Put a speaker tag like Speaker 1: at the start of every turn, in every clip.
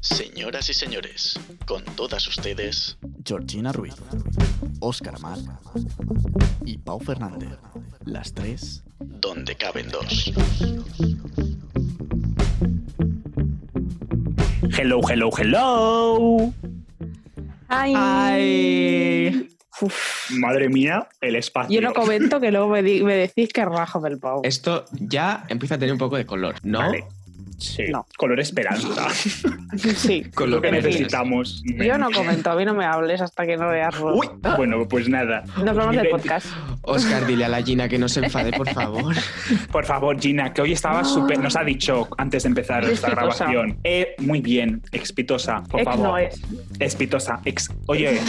Speaker 1: Señoras y señores, con todas ustedes,
Speaker 2: Georgina Ruiz, Óscar Mar y Pau Fernández. Las tres.
Speaker 1: donde caben dos.
Speaker 3: Hello, hello, hello.
Speaker 4: Ay.
Speaker 3: Ay.
Speaker 4: Uf.
Speaker 3: Madre mía, el espacio.
Speaker 4: Yo no comento que luego me, di- me decís que rajo del pavo.
Speaker 3: Eh,
Speaker 5: Esto ya empieza a tener un poco de color, ¿no?
Speaker 3: Vale. Sí,
Speaker 4: No.
Speaker 3: color esperanza.
Speaker 4: Sí.
Speaker 5: Con
Speaker 3: Lo que
Speaker 4: Pero sí.
Speaker 3: necesitamos.
Speaker 4: Yo no comento, a mí no me hables hasta que no veas. Ru.
Speaker 3: Uy, bueno, pues nada.
Speaker 4: Nos vamos del
Speaker 3: Miren,
Speaker 4: podcast.
Speaker 5: Oscar, dile a la Gina que no se enfade, por favor.
Speaker 3: Por favor, Gina, que hoy estaba súper. Nos ha dicho antes de empezar esta
Speaker 4: Ah. Exitosa.
Speaker 3: grabación. Eh, muy bien, expitosa, por
Speaker 4: Ex
Speaker 3: favor.
Speaker 4: no es.
Speaker 3: Expitosa, ex. Oye.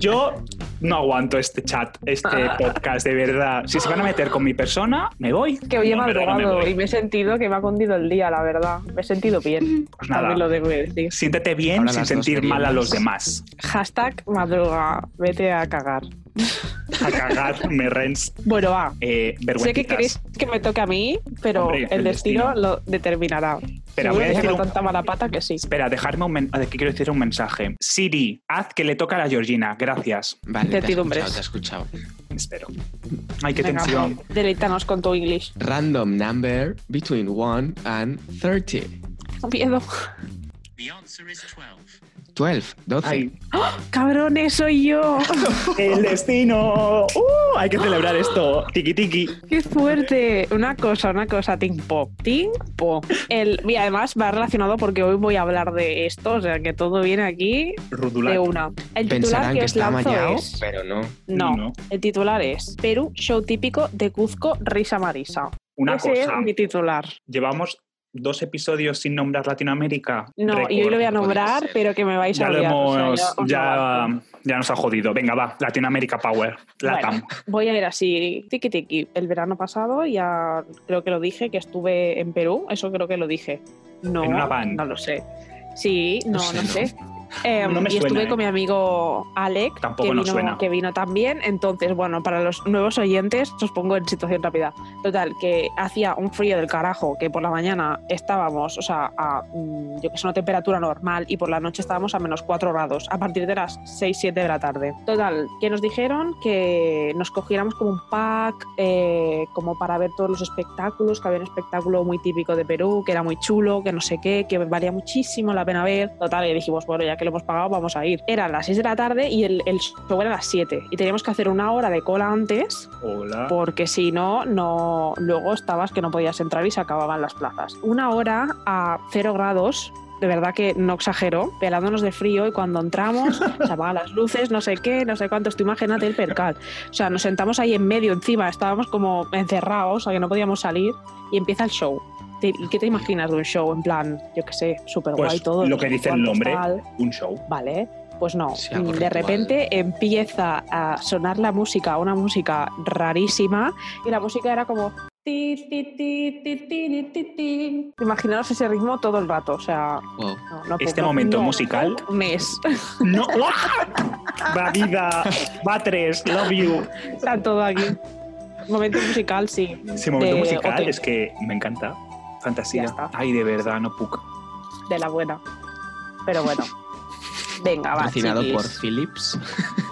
Speaker 3: Yo no aguanto este chat, este podcast, de verdad. Si se van a meter con mi persona, me voy.
Speaker 4: Que hoy he
Speaker 3: No, en verdad no me
Speaker 4: madrugado
Speaker 3: voy.
Speaker 4: y me he sentido que me ha cundido el día, la verdad. Me he sentido bien.
Speaker 3: Pues nada.
Speaker 4: También lo tengo que decir.
Speaker 3: Siéntete bien
Speaker 5: Ahora
Speaker 3: sin
Speaker 5: las dos
Speaker 3: sentir mal a
Speaker 5: meriendas.
Speaker 3: los demás.
Speaker 4: Hashtag madruga, vete a cagar.
Speaker 3: A cagar, me rens.
Speaker 4: Bueno, va.
Speaker 3: Eh,
Speaker 4: Sé que
Speaker 3: vergüenzitas.
Speaker 4: queréis que me toque a mí, pero
Speaker 3: Hombre,
Speaker 4: el,
Speaker 3: el
Speaker 4: destino,
Speaker 3: destino.
Speaker 4: lo determinará.
Speaker 3: Pero
Speaker 4: Seguro
Speaker 3: voy a
Speaker 4: que
Speaker 3: decir
Speaker 4: tengo
Speaker 3: un-
Speaker 4: tanta mala pata que sí.
Speaker 3: Espera, dejarme un, men- eh, que quiero decir un mensaje. Siri, haz que le toque a la Georgina. Gracias.
Speaker 5: Vale, te he escuchado,
Speaker 4: Certidumbres.
Speaker 5: te he escuchado.
Speaker 3: Espero. Ay, qué
Speaker 4: Venga,
Speaker 3: tensión.
Speaker 4: Pau, deleítanos con tu English.
Speaker 5: Random number between 1 and 30.
Speaker 4: Miedo.
Speaker 5: 12, 12.
Speaker 3: Ay,
Speaker 4: Cabrones, soy yo.
Speaker 3: el destino. Uh, hay que celebrar esto. Tiki tiki.
Speaker 4: Qué fuerte. Una cosa, una cosa, ting pop, ting pop. El, y además va relacionado porque hoy voy a hablar de esto, o sea que todo viene aquí de
Speaker 3: Rudular.
Speaker 4: una. El titular
Speaker 5: Pensarán
Speaker 4: que,
Speaker 5: que
Speaker 4: os
Speaker 5: está
Speaker 4: lanzo
Speaker 5: amañado,
Speaker 4: es.
Speaker 5: pero no.
Speaker 4: No,
Speaker 3: No.
Speaker 4: el titular es Perú, show típico de Cuzco, risa marisa.
Speaker 3: Una
Speaker 4: Ese
Speaker 3: cosa.
Speaker 4: es mi titular.
Speaker 3: Llevamos dos episodios sin nombrar Latinoamérica.
Speaker 4: No,
Speaker 3: Récord.
Speaker 4: y hoy lo voy a
Speaker 5: no podía
Speaker 4: nombrar,
Speaker 5: ser.
Speaker 4: pero que me vais
Speaker 3: Ya
Speaker 4: a
Speaker 3: lo
Speaker 4: olvidar. o sea,
Speaker 3: hemos.
Speaker 4: os lo
Speaker 3: ya,
Speaker 4: avanzo.
Speaker 3: ya nos ha jodido. Venga, va. Latinoamérica Power. Latam.
Speaker 4: Bueno, voy a ir así, tiki tiki. El verano pasado ya creo que lo dije, que estuve en Perú, eso creo que lo dije. No,
Speaker 3: En una van.
Speaker 4: no lo sé. Sí, no, no
Speaker 5: No sé,
Speaker 4: sé.
Speaker 5: no.
Speaker 4: Eh,
Speaker 3: No me
Speaker 4: y
Speaker 3: suena,
Speaker 4: estuve
Speaker 3: eh.
Speaker 4: con mi amigo Alec,
Speaker 3: Tampoco
Speaker 4: que,
Speaker 3: nos
Speaker 4: vino,
Speaker 3: suena.
Speaker 4: que vino también. Entonces, bueno, para los nuevos oyentes, os pongo en situación rápida. Total, que hacía un frío del carajo, que por la mañana estábamos, o sea, a, mm, yo que sé, una temperatura normal y por la noche estábamos a menos 4 grados, a partir de las 6, 7 de la tarde. Total, que nos dijeron que nos cogiéramos como un pack, eh, como para ver todos los espectáculos, que había un espectáculo muy típico de Perú, que era muy chulo, que no sé qué, que valía muchísimo la pena ver. Total, y dijimos, bueno, ya que lo hemos pagado, vamos a ir. Eran las 6 de la tarde y el, el show era a las 7 y teníamos que hacer una hora de cola antes
Speaker 3: Hola.
Speaker 4: porque si no, no luego estabas que no podías entrar y se acababan las plazas. Una hora a cero grados. De verdad que no exagero, pelándonos de frío y cuando entramos se apagan las luces, no sé qué, no sé cuántos. Tú imagínate el percal. O sea, nos sentamos ahí en medio, encima, estábamos como encerrados, o sea, que no podíamos salir y empieza el show. Te- ¿Qué te imaginas de un show? En plan, yo qué sé, súper guay
Speaker 3: Pues,
Speaker 4: todo.
Speaker 3: lo
Speaker 4: no
Speaker 3: que
Speaker 4: sé
Speaker 3: dice el
Speaker 4: cuántos,
Speaker 3: nombre.
Speaker 4: tal.
Speaker 3: Un show.
Speaker 4: Vale, pues no.
Speaker 5: Sí, algo
Speaker 4: de
Speaker 5: ritual.
Speaker 4: repente empieza a sonar la música, una música rarísima, y la música era como. ti, ti, ti, ti, ti, ti, ti. Imaginaros ese ritmo todo el rato, o sea,
Speaker 5: Wow.
Speaker 4: no, no
Speaker 3: Este
Speaker 4: no-
Speaker 3: momento
Speaker 4: no,
Speaker 3: musical.
Speaker 4: no mes.
Speaker 3: No. Va vida. Va tres. Love you.
Speaker 4: Está todo aquí. Momento musical, sí.
Speaker 3: Ese momento
Speaker 4: De-
Speaker 3: musical
Speaker 4: Eh, ok.
Speaker 3: es que me encanta.
Speaker 4: Ya
Speaker 3: Fantasía.
Speaker 4: está.
Speaker 3: Ay, de verdad, no puc.
Speaker 4: de la buena. Pero bueno. Venga, Ah, va.
Speaker 5: Patrocinado por
Speaker 4: chiquis.
Speaker 5: Philips.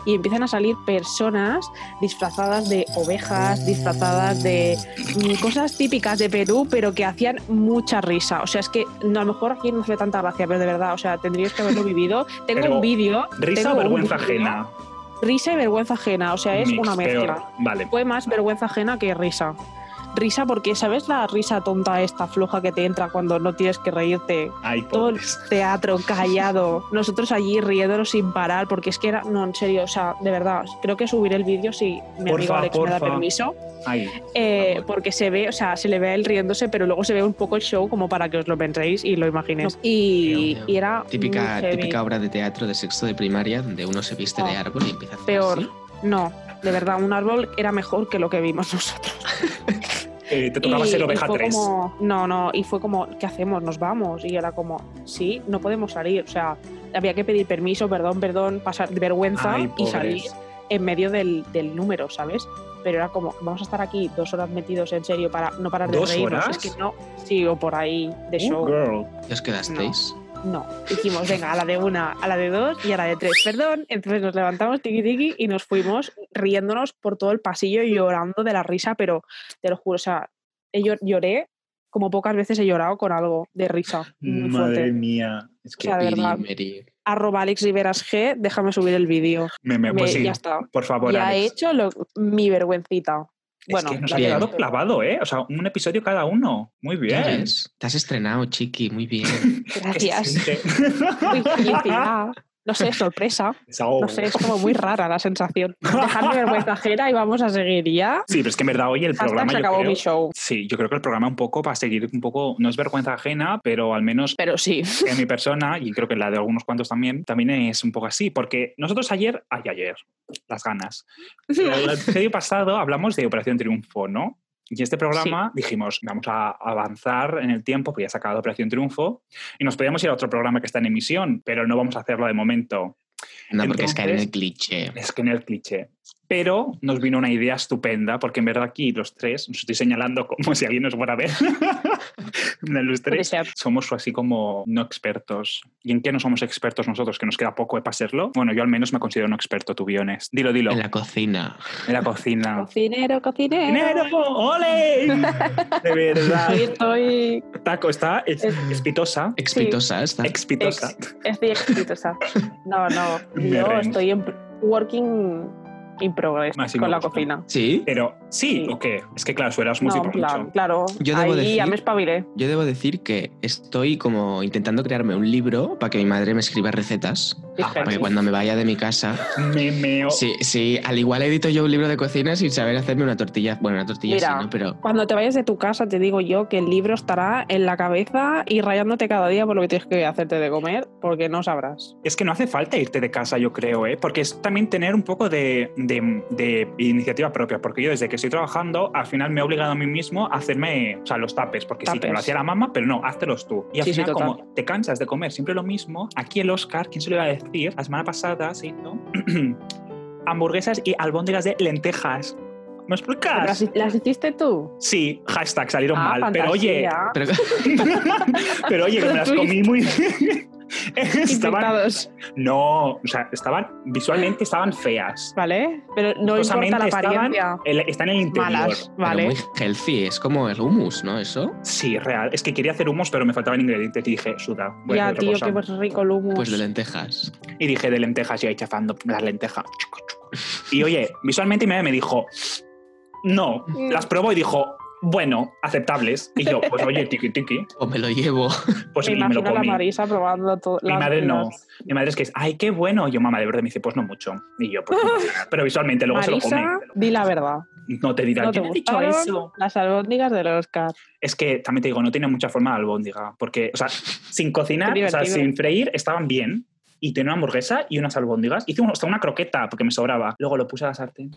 Speaker 4: y empiezan a salir personas disfrazadas de ovejas, disfrazadas de mm, cosas típicas de Perú, pero que hacían mucha risa. O sea, es que no, a lo mejor aquí no hace tanta gracia, pero de verdad, o sea, tendríais que haberlo vivido. Tengo
Speaker 3: Pero,
Speaker 4: un vídeo.
Speaker 3: Risa
Speaker 4: tengo
Speaker 3: o
Speaker 4: un
Speaker 3: vergüenza
Speaker 4: vídeo.
Speaker 3: ajena.
Speaker 4: Risa y vergüenza ajena, o sea, es
Speaker 3: Mix,
Speaker 4: una mezcla. Pues,
Speaker 3: peor. Vale.
Speaker 4: Fue más vergüenza ajena que risa. Risa porque, ¿sabes la risa tonta esta floja que te entra cuando no tienes que reírte?
Speaker 3: Ay,
Speaker 4: todo el
Speaker 3: pobres.
Speaker 4: teatro callado, nosotros allí riéndonos sin parar, porque es que era, no, en serio, o sea, de verdad, creo que subiré el vídeo si mi
Speaker 3: Porfa,
Speaker 4: amigo Alex me da
Speaker 3: porfa.
Speaker 4: permiso,
Speaker 3: Ay,
Speaker 4: eh,
Speaker 5: favor.
Speaker 4: porque se ve, o sea, se le ve a él riéndose, pero luego se ve un poco el show como para que os lo penséis y lo imaginéis. Y,
Speaker 5: Tío, tío.
Speaker 4: y era
Speaker 5: Típica,
Speaker 4: muy heavy.
Speaker 5: típica obra de teatro de sexto de primaria donde uno se viste de
Speaker 4: Ah,
Speaker 5: árbol y empieza a hacer
Speaker 4: peor.
Speaker 5: así.
Speaker 4: No, de verdad, un árbol era mejor que lo que vimos nosotros.
Speaker 3: eh, te tocaba
Speaker 4: Y-
Speaker 3: ser
Speaker 4: y
Speaker 3: oveja
Speaker 4: fue
Speaker 3: 3.
Speaker 4: como- no, no, y fue como, ¿qué hacemos? ¿Nos vamos? Y era como, sí, no podemos salir. O sea, había que pedir permiso, perdón, perdón, pasar de vergüenza
Speaker 3: Ay,
Speaker 4: y salir
Speaker 3: pobres.
Speaker 4: en medio del, del número, ¿sabes? Pero era como, vamos a estar aquí dos horas metidos en serio para no parar de
Speaker 3: ¿Dos
Speaker 4: reírnos.
Speaker 3: horas?
Speaker 4: Es que no, sí, o por ahí de
Speaker 3: Uh,
Speaker 4: show.
Speaker 3: girl.
Speaker 5: ¿Y os quedasteis?
Speaker 4: No, dijimos, venga, a la de una, a la de dos y a la de tres, perdón. Entonces nos levantamos tiqui tiqui y nos fuimos riéndonos por todo el pasillo y llorando de la risa, pero te lo juro, o sea, he llor- lloré como pocas veces he llorado con algo de risa. Muy
Speaker 3: Madre
Speaker 4: fuerte.
Speaker 3: mía. Es que
Speaker 4: O sea, de
Speaker 5: Piri,
Speaker 4: verdad.
Speaker 5: Meri.
Speaker 4: Arroba Alex Riveras G, déjame subir el vídeo.
Speaker 3: me, me,
Speaker 4: Me-
Speaker 3: pues sí,
Speaker 4: Ya está.
Speaker 3: por favor,
Speaker 4: ya he
Speaker 3: Alex.
Speaker 4: hecho lo- mi vergüencita.
Speaker 3: Es
Speaker 4: bueno,
Speaker 3: que nos
Speaker 4: la
Speaker 3: ha
Speaker 5: bien.
Speaker 3: quedado
Speaker 4: verdad.
Speaker 3: clavado, ¿eh? O sea, un episodio cada uno. Muy
Speaker 5: Ya
Speaker 3: bien.
Speaker 5: ves, Te has estrenado, chiqui, muy bien.
Speaker 4: Gracias.
Speaker 3: Excelente.
Speaker 4: Uy, felicidad. No sé, sorpresa.
Speaker 3: Desahogo.
Speaker 4: No sé, es como muy rara la sensación. Dejarme vergüenza ajena y vamos a seguir ya.
Speaker 3: Sí, pero es que en verdad hoy el
Speaker 4: Hasta
Speaker 3: programa
Speaker 4: se
Speaker 3: yo
Speaker 4: acabó
Speaker 3: creo-
Speaker 4: mi show.
Speaker 3: Sí, yo creo que el programa un poco va a seguir un poco, no es vergüenza ajena, pero al menos
Speaker 4: Pero sí.
Speaker 3: en mi persona, y creo que en la de algunos cuantos también, también es un poco así, porque nosotros ayer, ay, ayer, las ganas, el episodio pasado hablamos de Operación Triunfo, ¿no? Y este programa dijimos, vamos a avanzar en el tiempo, porque ya se ha acabado Operación Triunfo, y nos podíamos ir a otro programa que está en emisión, pero no vamos a hacerlo de momento.
Speaker 5: No, porque es caer en el
Speaker 3: Entonces-
Speaker 5: cliché.
Speaker 3: Es que en el cliché. Pero nos vino una idea estupenda, porque en verdad aquí los tres, os estoy señalando como si alguien nos fuera a ver, los
Speaker 4: Puede
Speaker 3: tres
Speaker 4: ser.
Speaker 3: somos así como no expertos. ¿Y en qué no somos expertos nosotros? Que nos queda poco para serlo. Bueno, yo al menos me considero no experto, tú biones. Dilo, dilo.
Speaker 5: En la cocina.
Speaker 3: En la cocina.
Speaker 4: Cocinero, cocinero.
Speaker 3: ¡Dinero! ¡Ole! De verdad.
Speaker 4: Hoy estoy,
Speaker 3: Taco está es-
Speaker 4: Es-
Speaker 3: espitosa.
Speaker 5: Expitosa esta.
Speaker 3: Expitosa.
Speaker 4: estoy exitosa. No, no.
Speaker 3: Me
Speaker 4: Yo
Speaker 3: remo.
Speaker 4: estoy en pr- working in progress
Speaker 3: Así me
Speaker 4: con la
Speaker 3: gusta.
Speaker 4: cocina.
Speaker 5: Sí.
Speaker 3: Pero, ¿sí
Speaker 4: Sí.
Speaker 3: o qué? Es que claro, su Erasmus y
Speaker 4: No,
Speaker 3: por
Speaker 4: claro,
Speaker 3: mucho.
Speaker 4: claro.
Speaker 5: Yo
Speaker 4: Ahí
Speaker 5: debo
Speaker 4: ya
Speaker 5: decir-
Speaker 4: me espabilé.
Speaker 5: Yo debo decir que estoy como intentando crearme un libro para que mi madre me escriba recetas.
Speaker 4: Dispensa.
Speaker 5: Para que cuando me vaya de mi casa.
Speaker 3: Me meo.
Speaker 5: Sí, sí, al igual edito yo un libro de cocina sin saber hacerme una tortilla. Bueno, una tortilla
Speaker 4: Mira.
Speaker 5: sí, ¿no? Pero
Speaker 4: Cuando te vayas de tu casa, te digo yo que el libro estará en la cabeza y rayándote cada día por lo que tienes que hacerte de comer, porque no sabrás.
Speaker 3: Es que no hace falta irte de casa, yo creo, ¿eh? porque es también tener un poco de, de- de iniciativa propia, porque yo desde que estoy trabajando, al final me he obligado a mí mismo a hacerme, o sea, los tapes, porque sí, que me lo
Speaker 4: Tapes.
Speaker 3: hacía la mamá, pero no, háztelos tú. Y al
Speaker 4: Sí, sí,
Speaker 3: final,
Speaker 4: total.
Speaker 3: como te cansas de comer siempre lo mismo, aquí el Oscar, ¿quién se lo iba a decir? La semana pasada se hizo hamburguesas y albóndigas de lentejas. ¿Me
Speaker 4: Pero
Speaker 3: explicas?
Speaker 4: ¿Las, las hiciste tú?
Speaker 3: Sí, hashtag salieron
Speaker 4: Ah,
Speaker 3: Ah, mal, pero oye,
Speaker 4: fantasía.
Speaker 5: pero
Speaker 3: pero oye, que me las comí muy... Estaban
Speaker 4: Infectados,
Speaker 3: no, o sea, estaban visualmente estaban feas.
Speaker 4: ¿vale? Pero no importa la
Speaker 3: Curiosamente estaban
Speaker 4: apariencia.
Speaker 3: el- está en el interior.
Speaker 4: Malas,
Speaker 5: pero
Speaker 4: ¿vale?
Speaker 5: muy healthy, es como el hummus, ¿no? Eso.
Speaker 3: Sí, real. Es que quería hacer humos, pero me faltaban ingredientes y dije, suda. voy a
Speaker 4: ya,
Speaker 3: hacer otra
Speaker 4: tío,
Speaker 3: cosa.
Speaker 4: qué más rico el hummus.
Speaker 5: Pues de lentejas.
Speaker 3: Y dije de lentejas y ahí chafando las lentejas. Chucu, chucu. Y oye, visualmente mi madre me dijo, no,
Speaker 4: Mm.
Speaker 3: las probó y dijo, bueno, aceptables. Y yo, pues oye, tiki tiki,
Speaker 5: O me lo llevo.
Speaker 3: pues
Speaker 4: me
Speaker 3: y me
Speaker 4: imagino
Speaker 3: lo
Speaker 4: a la
Speaker 3: comí.
Speaker 4: Marisa probando todo.
Speaker 3: Mi madre no. Mi madre es que es, ay, qué bueno. Y yo, mamá, de verdad, me dice, pues no mucho. Y yo, pues no pasa nada. Pero visualmente luego
Speaker 4: Marisa,
Speaker 3: se lo come.
Speaker 4: di la verdad.
Speaker 3: No te dirá,
Speaker 4: ¿No te
Speaker 3: ¿quién ha dicho
Speaker 4: gustaron?
Speaker 3: eso?
Speaker 4: Las albóndigas del Oscar.
Speaker 3: Es que también te digo, no tenía mucha forma de albóndiga, porque, o sea, sin cocinar,
Speaker 4: Qué
Speaker 3: o sea,
Speaker 4: divertido.
Speaker 3: sin freír, estaban bien. Y tenía una hamburguesa y unas albóndigas. Hice un- hasta una croqueta porque me sobraba. Luego lo puse a la sartén.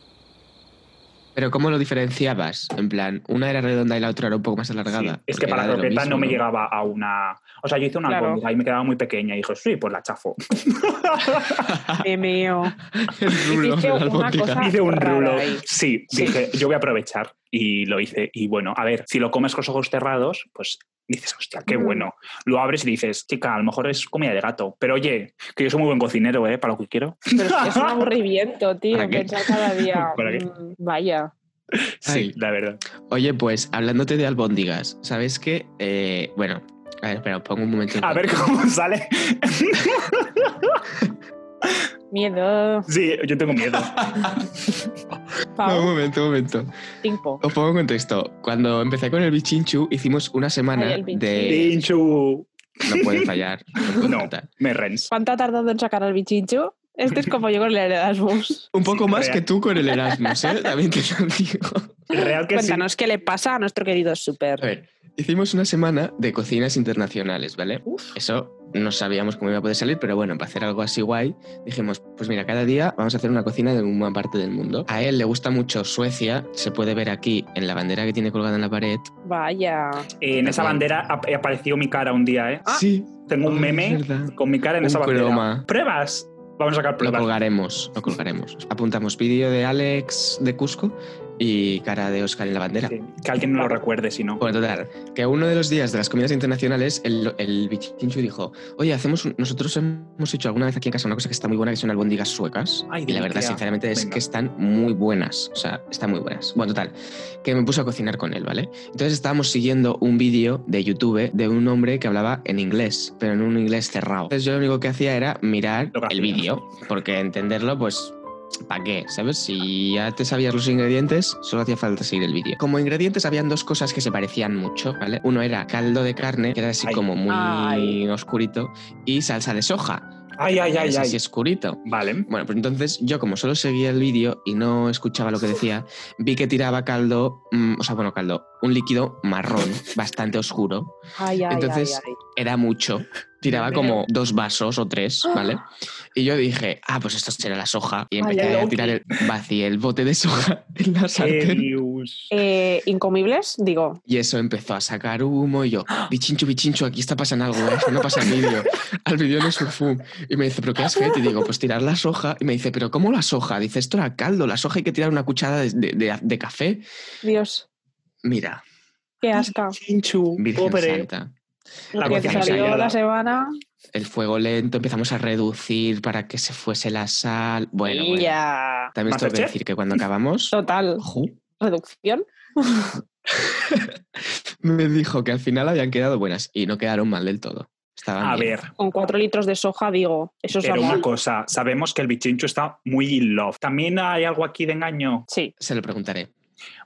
Speaker 5: Pero ¿cómo lo diferenciabas? En plan, una era redonda y la otra era un poco más alargada.
Speaker 3: Sí, Es que
Speaker 5: porque
Speaker 3: para
Speaker 5: era
Speaker 3: la
Speaker 5: de lo
Speaker 3: croqueta
Speaker 5: mismo,
Speaker 3: no me llegaba a una. O sea, yo hice una
Speaker 4: Claro.
Speaker 3: albóndiga y me quedaba muy pequeña. Y dije, sí, pues la chafo.
Speaker 4: Dios mío.
Speaker 5: El rulo
Speaker 4: Hiciste
Speaker 5: de la
Speaker 4: una
Speaker 5: albóndiga.
Speaker 4: cosa- Ah,
Speaker 3: hice un
Speaker 4: rara
Speaker 3: rulo.
Speaker 4: ahí.
Speaker 3: Sí,
Speaker 4: Sí.
Speaker 3: dije, yo voy a aprovechar. Y lo hice. Y bueno, a ver, si lo comes con los ojos cerrados, pues dices, hostia, qué
Speaker 4: Mm.
Speaker 3: bueno. Lo abres y dices, chica, a lo mejor es comida de gato. Pero oye, que yo soy muy buen cocinero, ¿eh? Para lo que quiero.
Speaker 4: Pero es que es un aburrimiento, tío,
Speaker 5: ¿Para qué?
Speaker 4: pensar cada día.
Speaker 3: ¿Para qué?
Speaker 4: mm, vaya.
Speaker 3: Sí,
Speaker 5: Ay.
Speaker 3: la verdad.
Speaker 5: Oye, pues, hablándote de albóndigas, ¿sabes qué? Eh, bueno, a ver, espera, os pongo un momento. en
Speaker 3: A ver
Speaker 5: contexto.
Speaker 3: cómo sale.
Speaker 4: Miedo.
Speaker 3: Sí, yo tengo miedo.
Speaker 5: No, un
Speaker 4: Pau,
Speaker 5: momento, un momento.
Speaker 4: tiempo.
Speaker 5: Os pongo en contexto. Cuando empecé con el bichinchu, hicimos una semana
Speaker 4: Ay, el
Speaker 5: de...
Speaker 3: Pinchu.
Speaker 5: No puede fallar. no puede
Speaker 3: No.
Speaker 5: faltar.
Speaker 3: Me rens.
Speaker 4: ¿Cuánto ha tardado en sacar al bichincho? Este es como yo con el Erasmus.
Speaker 5: Un poco
Speaker 3: Sí,
Speaker 5: más
Speaker 3: real.
Speaker 5: que tú con el Erasmus, ¿eh? También te lo digo.
Speaker 3: Real que sí.
Speaker 4: Cuéntanos qué le pasa a nuestro querido Super.
Speaker 5: A ver, hicimos una semana de cocinas internacionales, ¿vale? Eso no sabíamos cómo iba a poder salir, pero bueno, para hacer algo así guay, dijimos, pues mira, cada día vamos a hacer una cocina de una parte del mundo. A él le gusta mucho Suecia, se puede ver aquí en la bandera que tiene colgada en la pared.
Speaker 4: Vaya.
Speaker 3: En esa bandera ap- apareció mi cara un día, ¿eh?
Speaker 5: sí,
Speaker 3: Tengo un
Speaker 5: Ay,
Speaker 3: meme
Speaker 5: Ah, es verdad.
Speaker 3: con mi cara en
Speaker 5: Un
Speaker 3: esa bandera.
Speaker 5: croma.
Speaker 3: Pruebas. Vamos a sacar
Speaker 5: Lo
Speaker 3: pruebas.
Speaker 5: colgaremos, lo colgaremos. Apuntamos vídeo de Alex de Cusco y cara de Oscar en la bandera.
Speaker 3: Sí, Que alguien no lo recuerde, si no.
Speaker 5: Bueno, total, que uno de los días de las comidas internacionales, el, el Bichinchu dijo, oye, hacemos un- nosotros hemos hecho alguna vez aquí en casa una cosa que está muy buena, que son albóndigas suecas.
Speaker 3: Ay,
Speaker 5: y la
Speaker 3: de
Speaker 5: verdad,
Speaker 3: Ikea.
Speaker 5: sinceramente, es
Speaker 3: Venga.
Speaker 5: que están muy buenas. O sea, están muy buenas. Bueno, total, que me puse a cocinar con él, ¿vale? Entonces estábamos siguiendo un vídeo de YouTube de un hombre que hablaba en inglés, pero en un inglés cerrado. Entonces yo lo único que hacía era mirar
Speaker 3: Lo que
Speaker 5: el
Speaker 3: hacía.
Speaker 5: vídeo, porque entenderlo, pues ¿Para qué? ¿Sabes? Si ya te sabías los ingredientes, solo hacía falta seguir el vídeo. Como ingredientes habían dos cosas que se parecían mucho, ¿vale? Uno era caldo de carne, que era así
Speaker 3: Ay.
Speaker 5: como muy
Speaker 4: Ay.
Speaker 5: oscurito, y salsa de soja.
Speaker 3: Ay, ay, ay,
Speaker 5: es
Speaker 3: ay.
Speaker 5: así oscurito.
Speaker 3: Vale.
Speaker 5: Bueno, pues entonces yo como solo seguía el vídeo y no escuchaba lo que decía, vi que tiraba caldo, mm, o sea, bueno, caldo, un líquido marrón, bastante oscuro.
Speaker 4: Ay, ay,
Speaker 5: Entonces,
Speaker 4: ay,
Speaker 5: Era mucho. Tiraba
Speaker 4: Pero-
Speaker 5: como dos vasos o tres, ¿vale? Y yo dije, ah, pues esto será la soja. Y
Speaker 4: Ay,
Speaker 5: empecé
Speaker 4: ay,
Speaker 5: a
Speaker 4: ok.
Speaker 5: tirar el, vacié el bote de soja en la sartén.
Speaker 3: Dios.
Speaker 4: ay. Eh, Incomibles, digo.
Speaker 5: Y eso empezó a sacar humo y yo, bichincho, bichincho, aquí está pasando algo, ¿eh? no pasa el vídeo. Al vídeo no es un fum. Y me dice, ¿pero qué has hecho? Y digo, pues tirar la soja. Y me dice, ¿pero cómo la soja? Dice, esto era caldo, la soja hay que tirar una cuchara de, de- de- de café.
Speaker 4: Dios,
Speaker 5: Mira,
Speaker 4: qué asca.
Speaker 3: Chinchu,
Speaker 5: Virgen
Speaker 3: pobre.
Speaker 5: Santa.
Speaker 3: La
Speaker 4: que te
Speaker 5: cocina
Speaker 4: salió
Speaker 3: ensayada.
Speaker 4: la semana.
Speaker 5: El fuego lento, empezamos a reducir para que se fuese la sal. Bueno, bueno.
Speaker 4: Ya.
Speaker 5: También os tengo que
Speaker 3: ¿Masterchef?
Speaker 5: decir que cuando acabamos,
Speaker 4: Total.
Speaker 5: Ju,
Speaker 4: Reducción.
Speaker 5: me dijo que al final habían quedado buenas y no quedaron mal del todo. Estaban
Speaker 3: A
Speaker 5: bien.
Speaker 3: ver,
Speaker 4: Con cuatro litros de soja, digo. Eso es
Speaker 3: pero
Speaker 4: amor.
Speaker 3: una cosa, sabemos que el bichincho está muy in love. También hay algo aquí de engaño.
Speaker 4: Sí.
Speaker 5: Se lo preguntaré.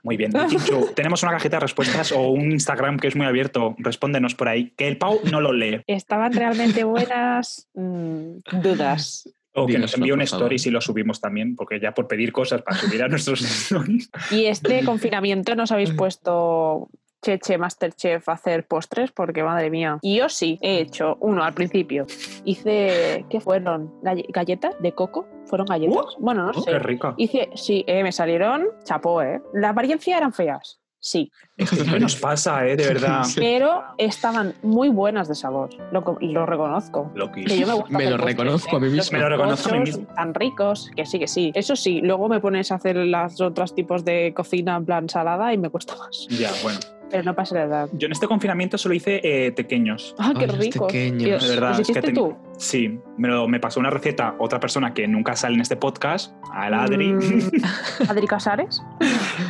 Speaker 3: Muy bien, bichincho. tenemos una cajita de respuestas o un Instagram que es muy abierto. Respóndenos por ahí. Que el Pau no lo lee.
Speaker 4: ¿Estaban realmente buenas? Mm, dudas.
Speaker 3: O que nos
Speaker 5: Dínoslo,
Speaker 3: envíe un
Speaker 5: por favor.
Speaker 3: story si lo subimos también, porque ya por pedir cosas para subir a nuestros stories.
Speaker 4: Y este confinamiento nos habéis puesto Cheche Masterchef a hacer postres, porque madre mía. Y yo sí, he hecho uno al principio. Hice, ¿qué fueron? Galle- ¿Galletas de coco? ¿Fueron galletas? bueno, no
Speaker 3: Oh,
Speaker 4: sé.
Speaker 3: ¡Qué rico!
Speaker 4: Hice, sí, eh, me salieron, chapó, ¿eh? La apariencia eran feas, sí,
Speaker 3: ¿Qué nos pasa, eh? De verdad.
Speaker 5: Sí.
Speaker 4: pero estaban muy buenas de sabor, lo, co- lo reconozco.
Speaker 3: Loquísimo.
Speaker 4: Que yo me gusta
Speaker 5: Me
Speaker 4: hacer
Speaker 5: lo
Speaker 4: postres, ¿eh?
Speaker 5: reconozco a mí
Speaker 4: Los
Speaker 5: mismo.
Speaker 3: Me lo reconozco a mí
Speaker 4: bizcochos
Speaker 3: mismo.
Speaker 4: Tan ricos, que sí, que sí. Eso sí, luego me pones a hacer las otros tipos de cocina en plan salada y me cuesta más.
Speaker 3: Ya, bueno.
Speaker 4: Pero no pasa la edad.
Speaker 3: Yo en este confinamiento solo hice eh, pequeños.
Speaker 4: ¡Ah,
Speaker 5: Ay,
Speaker 4: qué
Speaker 5: los
Speaker 4: rico!
Speaker 5: pequeños.
Speaker 4: Dios,
Speaker 3: De verdad,
Speaker 4: ¿los
Speaker 3: es que
Speaker 4: hiciste
Speaker 3: ten-
Speaker 4: tú?
Speaker 3: Sí, me, lo- me pasó una receta otra persona que nunca sale en este podcast, al Adri.
Speaker 4: Mm, ¿Adri Casares?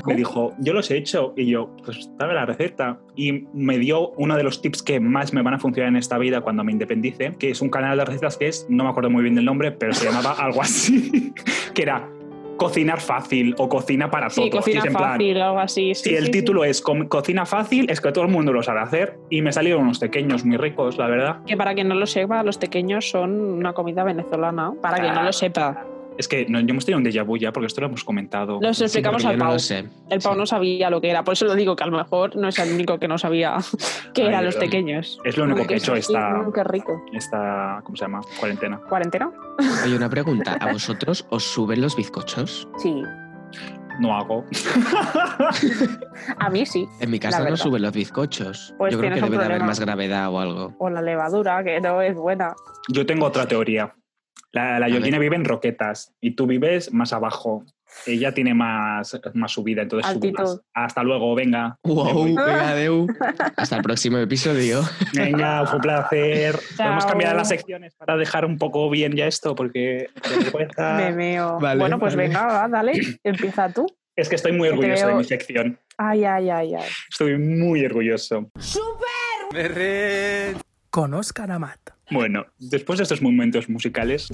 Speaker 3: me dijo, yo los he hecho. Y yo, pues dame la receta. Y me dio uno de los tips que más me van a funcionar en esta vida cuando me independice, que es un canal de recetas que es, no me acuerdo muy bien del nombre, pero se llamaba algo así, que era cocinar fácil o cocina para
Speaker 4: Sí,
Speaker 3: todos. Y
Speaker 4: cocina
Speaker 3: es en plan,
Speaker 4: fácil o algo así.
Speaker 3: Si
Speaker 4: sí,
Speaker 3: el
Speaker 4: sí,
Speaker 3: título es com- Cocina fácil, es que todo el mundo lo sabe hacer. Y me salieron unos pequeños muy ricos, la verdad.
Speaker 4: sí. Que para quien no lo sepa, los pequeños son una comida venezolana. Para
Speaker 3: Ah,
Speaker 4: quien no lo sepa.
Speaker 3: Es que no, yo me estoy en un déjà vu ya, porque esto lo hemos comentado.
Speaker 4: Los
Speaker 5: Sí,
Speaker 4: explicamos al
Speaker 5: porque yo no
Speaker 4: Pau.
Speaker 5: lo sé.
Speaker 4: El Pau
Speaker 5: Sí.
Speaker 4: no sabía lo que era, por eso lo digo que a lo mejor no es el único que no sabía que
Speaker 3: Ay,
Speaker 4: eran los
Speaker 3: perdón.
Speaker 4: pequeños.
Speaker 3: Es lo único que he hecho esta,
Speaker 4: Mm, Qué rico.
Speaker 3: esta, ¿cómo se llama? Cuarentena.
Speaker 4: ¿Cuarentena?
Speaker 5: Oye, una pregunta. ¿A vosotros os suben los bizcochos?
Speaker 4: Sí.
Speaker 3: No hago.
Speaker 4: A mí sí.
Speaker 5: En mi
Speaker 4: La
Speaker 5: casa no
Speaker 4: verdad.
Speaker 5: suben los bizcochos.
Speaker 4: Pues
Speaker 5: Yo creo que
Speaker 4: tienes un
Speaker 5: debe de haber
Speaker 4: problema.
Speaker 5: más gravedad o algo.
Speaker 4: O la levadura, que no es buena.
Speaker 3: Yo tengo otra teoría. La, la
Speaker 5: ver.
Speaker 3: Georgina vive en Roquetas y tú vives más abajo. Ella tiene más, más subida, entonces sube
Speaker 4: Altitud.
Speaker 3: más. Hasta luego, venga.
Speaker 5: ¡Wow! venga, adeu. Hasta el próximo episodio.
Speaker 3: Venga, fue un placer.
Speaker 4: Chao.
Speaker 3: Podemos cambiar las secciones para dejar un poco bien ya esto, porque de vergüenza.
Speaker 4: Me meo.
Speaker 5: Ah, Vale,
Speaker 4: bueno, pues
Speaker 5: vale.
Speaker 4: venga, va, dale. Empieza tú.
Speaker 3: Es que estoy muy orgulloso de
Speaker 4: Creo-
Speaker 3: mi sección.
Speaker 4: Ay, ay, ay, ay.
Speaker 3: Estoy muy orgulloso.
Speaker 6: con Oscar Amat.
Speaker 3: Bueno, después de estos momentos musicales,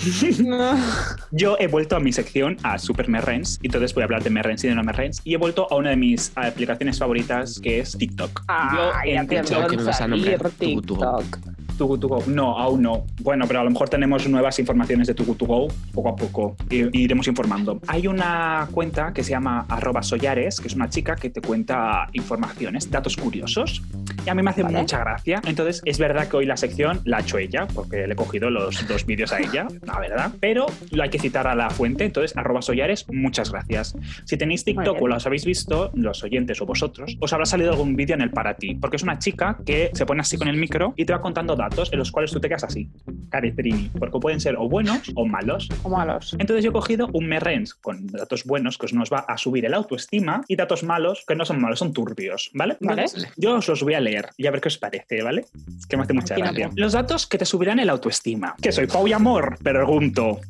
Speaker 3: yo he vuelto a mi sección a Super Merrens y entonces voy a hablar de Merrens y de no Merrens y he vuelto a una de mis aplicaciones favoritas que es TikTok.
Speaker 4: Ay,
Speaker 3: en
Speaker 4: ya te
Speaker 3: TikTok
Speaker 4: veo
Speaker 5: que me vas a
Speaker 4: salir,
Speaker 5: nombrar tú, tú.
Speaker 4: TikTok.
Speaker 3: Tugu to Go. No, aún no. Bueno, pero a lo mejor tenemos nuevas informaciones de Tugu to Go poco a poco. e- e iremos informando. Hay una cuenta que se llama arroba sollares, que es una chica que te cuenta informaciones, datos curiosos. Y a mí me hace
Speaker 4: Vale.
Speaker 3: mucha gracia. Entonces, es verdad que hoy la sección la ha hecho ella, porque le he cogido los dos vídeos a ella, la verdad. Pero lo hay que citar a la fuente. Entonces, arroba sollares, muchas gracias. Si tenéis
Speaker 4: Muy
Speaker 3: TikTok
Speaker 4: bien.
Speaker 3: o los habéis visto, los oyentes o vosotros, os habrá salido algún vídeo en el para ti, porque es una chica que se pone así con el micro y te va contando datos en los cuales tú te quedas así, caretrini, porque pueden ser o buenos o malos.
Speaker 4: o malos.
Speaker 3: Entonces yo he cogido un merrens con datos buenos que os nos va a subir el autoestima y datos malos que no son malos, son turbios, ¿vale?
Speaker 4: Vale.
Speaker 3: Entonces, Yo os los voy a leer y a ver qué os parece, ¿vale? Es que me hace mucha
Speaker 4: Imagínate.
Speaker 3: gracia. Los datos que te subirán el autoestima. Que soy Pau y Amor, pregunto.